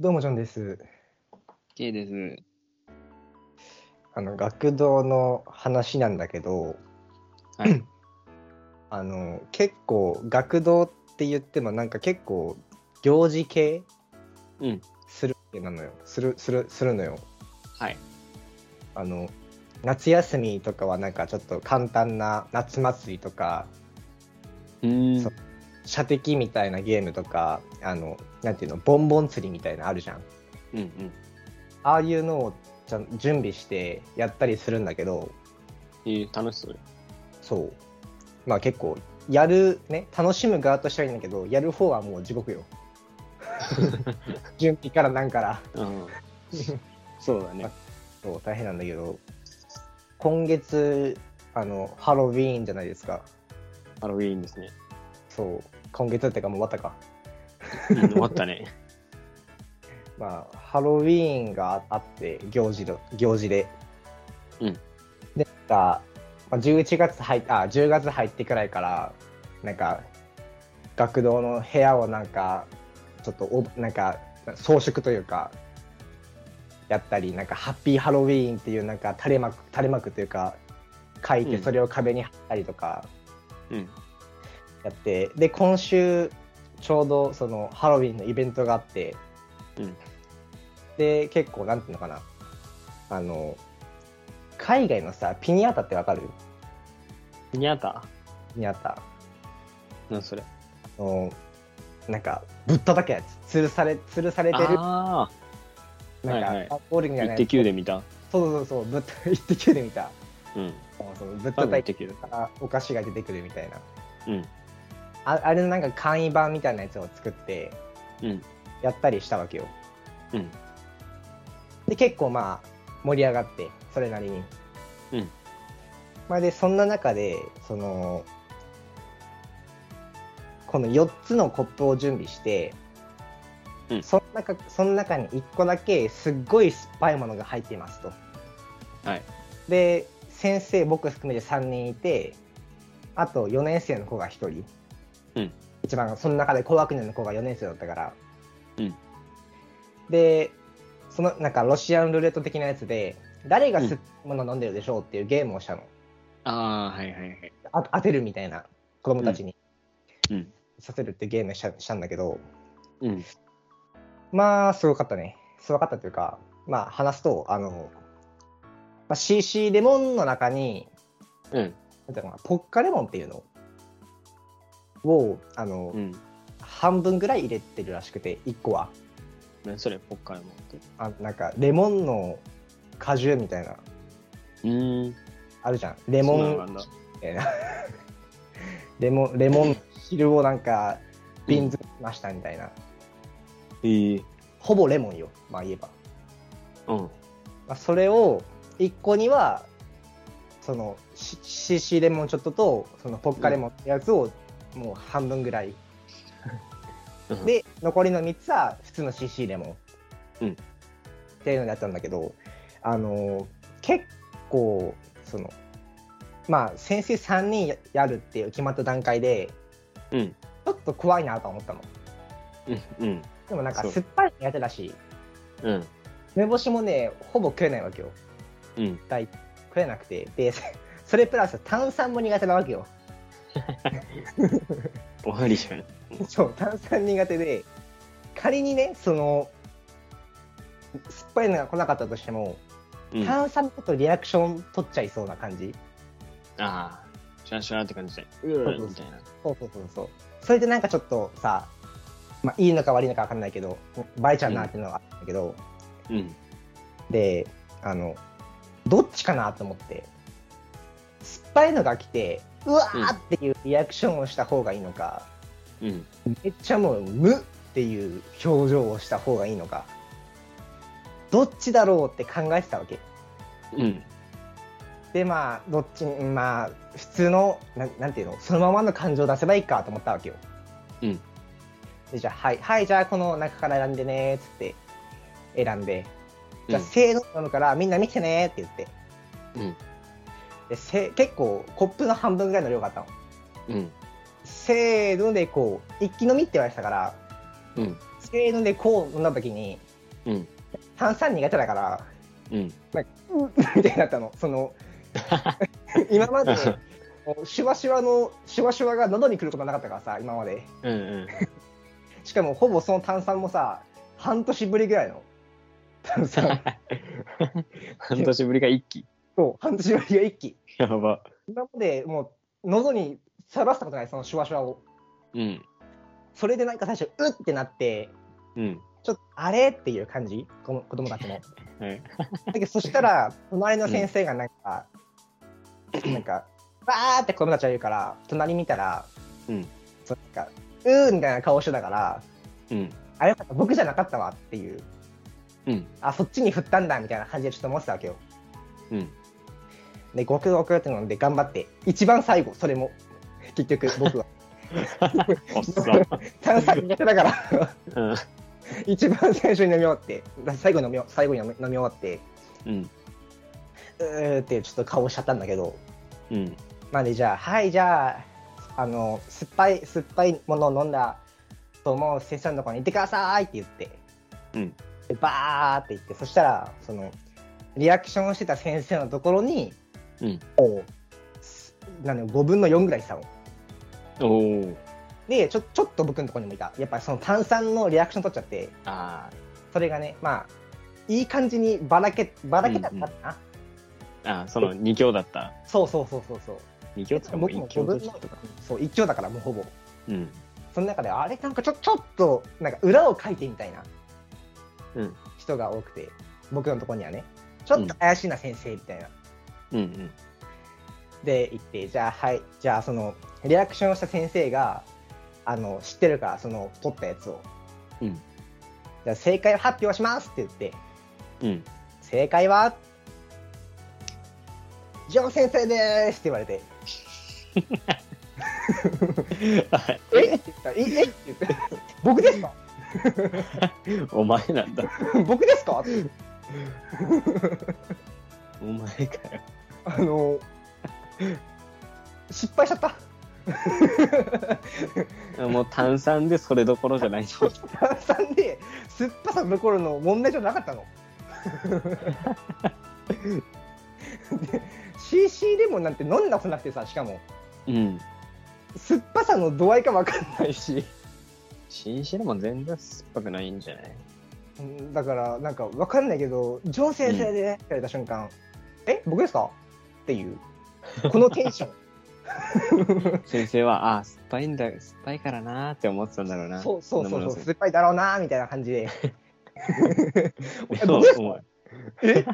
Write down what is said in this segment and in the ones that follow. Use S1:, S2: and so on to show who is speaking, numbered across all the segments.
S1: どうもジョンです。
S2: K です。
S1: あの学童の話なんだけど、
S2: はい。
S1: あの結構学童って言ってもなんか結構行事系、
S2: うん
S1: するわけなのよ。するするするのよ。
S2: はい。
S1: あの夏休みとかはなんかちょっと簡単な夏祭りとか
S2: うー。
S1: そうん射的みたいなゲームとかあのなんていうのボンボン釣りみたいなのあるじゃん。
S2: うんうん。
S1: ああいうのをちゃん準備してやったりするんだけど。
S2: えー、楽しそう。
S1: そう。まあ結構、やるね、楽しむ側としてはいいんだけど、やる方はもう地獄よ。準備からなんから、
S2: うん。そうだね。
S1: そう大変なんだけど、今月、あの、ハロウィーンじゃないですか。
S2: ハロウィー ンですね。
S1: そう。今月ってかもう終わったか。
S2: うん終わったね。
S1: まあ、ハロウィーンがあって、行事の行事で。
S2: うん。
S1: で、なんか、まあ、11月入っあ、10月入ってくらいから、なんか、学童の部屋をなんか、ちょっとお、なんか、装飾というか、やったり、なんか、ハッピーハロウィーンっていう、なんか、垂れ幕、垂れ幕というか、書いて、
S2: うん
S1: それを壁に貼ったりとか、
S2: うん。
S1: やって、で、今週、ちょうど、その、ハロウィーンのイベントがあって、
S2: うん。
S1: で結構なんていうのかなあの海外のさピニャータってわかる
S2: にゃた
S1: ピニャータ
S2: なんそれ。
S1: あのなんかぶっ叩くやつ吊るされ吊るされてる
S2: ああ。
S1: なんか、
S2: はいはい
S1: 段ボールみたいなや
S2: 一滴
S1: つ
S2: 球で見た。
S1: そうそうそうぶっ一滴球で見た
S2: うん。
S1: そのぶっ
S2: 多分
S1: 叩
S2: 一
S1: いて
S2: 滴球。
S1: からお菓子が出てくるみたいな
S2: うん。
S1: ああれのなんか簡易版みたいなやつを作って
S2: うん。
S1: やったりしたわけよ
S2: うん。
S1: で結構まあ盛り上がってそれなりに、
S2: うん
S1: まあ、でそんな中でそのこの4つのコップを準備して、
S2: うん
S1: その中その中に1個だけすっごい酸っぱいものが入っていますと、
S2: はい
S1: で先生僕含めて3人いてあと4年生の子が1人、
S2: うん
S1: 一番その中で高学年の子が4年生だったから、
S2: うん
S1: でそのなんかロシアンルーレット的なやつで誰が吸っもの飲んでるでしょうっていうゲームをしたの、
S2: ああ、はいはいはい。
S1: あ当てるみたいな子供たちに
S2: うん。
S1: させるっていうゲームしたしたんだけど
S2: うん。
S1: まあすごかったねすごかったというかまあ話すとあの、まあ、CC レモンの中に
S2: うん。
S1: なんていうのかなポッカレモンっていうのをあの、
S2: うん。
S1: 半分ぐらい入れてるらしくて1個は
S2: なんそれ、ポッカー持って。
S1: あなんかレモンの果汁みたいな
S2: うーん。
S1: あるじゃんレモ
S2: そうな
S1: ン
S2: のなんだ。
S1: みたいな レモンレモン汁をなんか瓶詰めましたみたいな、
S2: ええ。
S1: ほぼレモンよまあ言えば、
S2: うん。
S1: まあ、それを1個にはそのシ CC レモンちょっととそのポッカレモンってやつをもう半分ぐらい、
S2: うん
S1: で残りの3つは普通の CC レモン、
S2: うん
S1: っていうのでやったんだけどあの結構そのまあ先生3人ややるっていう決まった段階で
S2: うん。
S1: ちょっと怖いなと思ったの
S2: うん。うん。
S1: でもなんか
S2: そう
S1: 酸っぱいの苦手だし
S2: うん。
S1: 梅干しもねほぼ食えないわけよ
S2: うん。
S1: 大食えなくてで そそれプラス炭酸も苦手なわけよ
S2: 終わりじゃん。
S1: そう炭酸苦手で仮にねその酸っぱいのが来なかったとしても、
S2: うん。あ
S1: 炭酸ちょっとリアクション取っちゃいそうな感じ
S2: あー。シュラシュラって感じで。う
S1: そうそ
S2: ー
S1: う
S2: みたいな。
S1: そうそうそうそうそれでなんかちょっとさ、まあ、いいのか悪いのか分かんないけど映えちゃうなっていうのはあったんだけど、
S2: うん。
S1: であのどっちかなと思って酸っぱいのが来てうわーっていうリアクションをした方がいいのか、
S2: うん。
S1: めっちゃもう無っていう表情をした方がいいのかどっちだろうって考えてたわけ
S2: うん。
S1: でまあどっちにまあ普通のななんていうのそのままの感情を出せばいいかと思ったわけよ、
S2: うん
S1: でじゃあはいはいじゃあこの中から選んでねーっつって選んでじゃあ、
S2: うん
S1: せーのって飲むからみんな見てねーって言って
S2: うん。
S1: でせ結構コップの半分ぐらいの量があったの
S2: うん。
S1: せーのでこう一気飲みって言われてたから
S2: うん。
S1: せーのでこう飲んだ時に
S2: うん
S1: 炭酸苦手だから
S2: うん
S1: みたいになったのそ の今までもうシュワシュワのシュワシュワが喉に来ることなかったからさ今まで
S2: うんうん
S1: しかもほぼその炭酸もさ半年ぶりぐらいの炭 酸
S2: 半年ぶりが一気
S1: そう半年ぶりが一気
S2: やば
S1: 今までもう喉にさらしたことないそのシュワシュワを
S2: うん
S1: それでなんか最初うってなって
S2: うん
S1: ちょっとあれっていう感じこの子供たちも
S2: はい
S1: だけどそしたら隣の先生がなんか、なんかバーって子供たちが言うから隣見たら、
S2: うん
S1: そうなんかうーみたいな顔してたから
S2: うん
S1: あれよかった僕じゃなかったわっていう
S2: うん
S1: あそっちに振ったんだみたいな感じでちょっと思ってたわけよ
S2: うん
S1: でごくごくって飲んで頑張って一番最後それも結局僕は
S2: おっさん
S1: 炭酸苦手だから
S2: うん
S1: 一番最初に飲み終わって最後に飲み終最後に飲み飲み終わって
S2: うん
S1: うーってちょっと顔しちゃったんだけど
S2: うん
S1: なんでじゃあはいじゃああの酸っぱい酸っぱいものを飲んだと思う先生のところに行ってくださいって言って、
S2: うん
S1: でバーって言ってそしたらそのリアクションしてた先生のところに、
S2: うん
S1: おうすなんだろう5分の4ぐらいしたの
S2: おお
S1: でちょちょっと僕のところにもいたやっぱりその炭酸のリアクション取っちゃって
S2: あ
S1: それがねまあいい感じにばらけばらけたんだったな、
S2: ーあーその二強だった
S1: そうそうそうそうそう
S2: 二強っつうかもう
S1: 僕も
S2: 一
S1: 5
S2: 強
S1: 分
S2: と
S1: の
S2: ちょっとか
S1: そう一丁だからもうほぼ
S2: うん
S1: その中であれなんかちょちょっとなんか裏を書いてみたいな
S2: うん
S1: 人が多くて、僕のとこにはねちょっと怪しいな先生みたいな、
S2: うん
S1: で行ってじゃあはいじゃあそのリアクションした先生があの知ってるからその取ったやつを、
S2: うん
S1: じゃあ正解を発表しますって言って
S2: うんうん
S1: 正解はジョン先生でーすって言われて「えっ?」て言ったら「ええっ?」て言って「僕です か
S2: お前なんだ
S1: 僕ですか?」って
S2: お前かよ
S1: あの失敗しちゃった
S2: もう炭酸でそれどころじゃないし。
S1: 炭酸で酸っぱさの頃の問題じゃなかったの で CC レモンなんて飲んだことなくてさしかも
S2: うん。
S1: 酸っぱさの度合いか分かんないし
S2: 新シレモン全然酸っぱくないんじゃない
S1: うんだからなんか分かんないけど「ジョン先生で」って言われた瞬間「え僕ですか?」っていうこのテンション
S2: 先生は、ああ、酸っぱいんだ、酸っぱいからなーって思ってたんだろうな。
S1: そうそうそうそう
S2: そ
S1: 酸っぱいだろうなみたいな感じで
S2: う。そう
S1: え
S2: お前
S1: え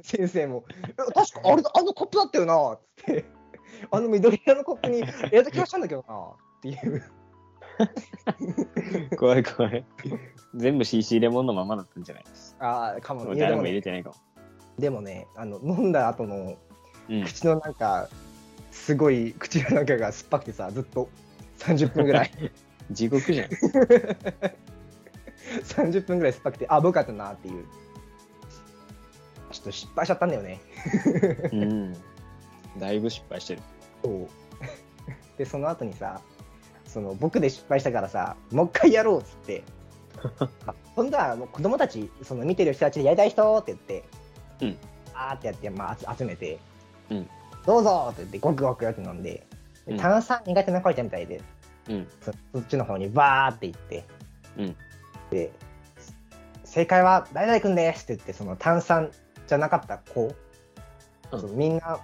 S1: 先生もえ「確かあれあのコップだったよな」つって「あの緑色のコップに入れた気がしたんだけどな」っていう
S2: 怖い怖い。全部 CC レモンのままだったんじゃないです
S1: ああかも
S2: か。
S1: ねで
S2: 誰
S1: も
S2: も入
S1: ね
S2: れてないかも。
S1: でもねあの飲んだ後の
S2: うん。
S1: 口のなんかすごい口の中が酸っぱくてさずっと30分ぐらい
S2: 地獄じゃん。
S1: 30分ぐらい酸っぱくてあ僕かったなっていうちょっと失敗しちゃったんだよね
S2: うん。だいぶ失敗してる。
S1: そうでその後にさその僕で失敗したからさもう一回やろうっつって あ今度はもう子供たちその見てる人たちでやりたい人って言って、
S2: うん
S1: あーってやって、まあ、集集めて、
S2: うん
S1: どうぞって言ってごくごくって飲んでで
S2: うん
S1: 炭酸苦手な子いたみたいで、
S2: うん
S1: そそっちの方にバーって行って、
S2: うん
S1: で正解は誰々君ですって言ってその炭酸じゃなかった子、
S2: うん
S1: そうみんな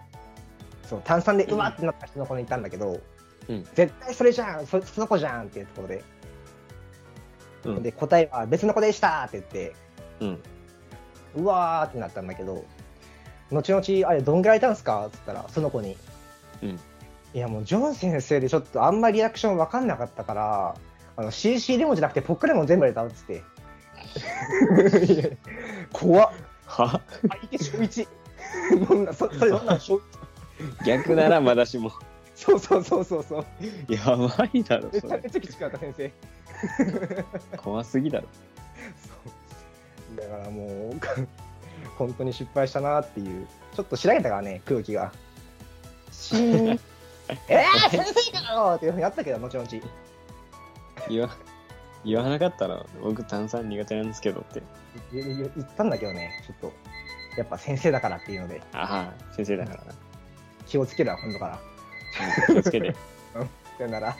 S1: そう炭酸でうわってなった人の子にいたんだけど、
S2: うん
S1: 絶対それじゃんそその子じゃんっていうところで、
S2: うん
S1: で答えは別の子でしたって言って
S2: うん。
S1: うわーってなったんだけど後々あれどんぐらいいたんすかって言ったらその子に、
S2: うん
S1: いやもうジョン先生でちょっとあんまりリアクション分かんなかったからあの CC レモンじゃなくてポックレモン全部入れたっつっていや怖っ
S2: は
S1: あいけ小一 飲んだそそれ飲んだの小一
S2: 逆ならまだしも。
S1: そうそうそうそうそう
S2: やばいだろ、
S1: め
S2: そ
S1: ちゃ
S2: れ。
S1: めちゃきつかった先生
S2: 怖すぎだろ。
S1: そう だからもう 本当に失敗したなっていうちょっと白けたからね空気がシー ンえー、先生だろっていうふうになったけど後々
S2: いや、言わなかったら、僕炭酸苦手なんですけどって。
S1: 言言言ったんだけどね、ちょっと、やっぱ先生だからっていうので、
S2: あ あ、先生だからな。
S1: 気をつけるわ、今度から。
S2: うん気をつけて。
S1: さよなら。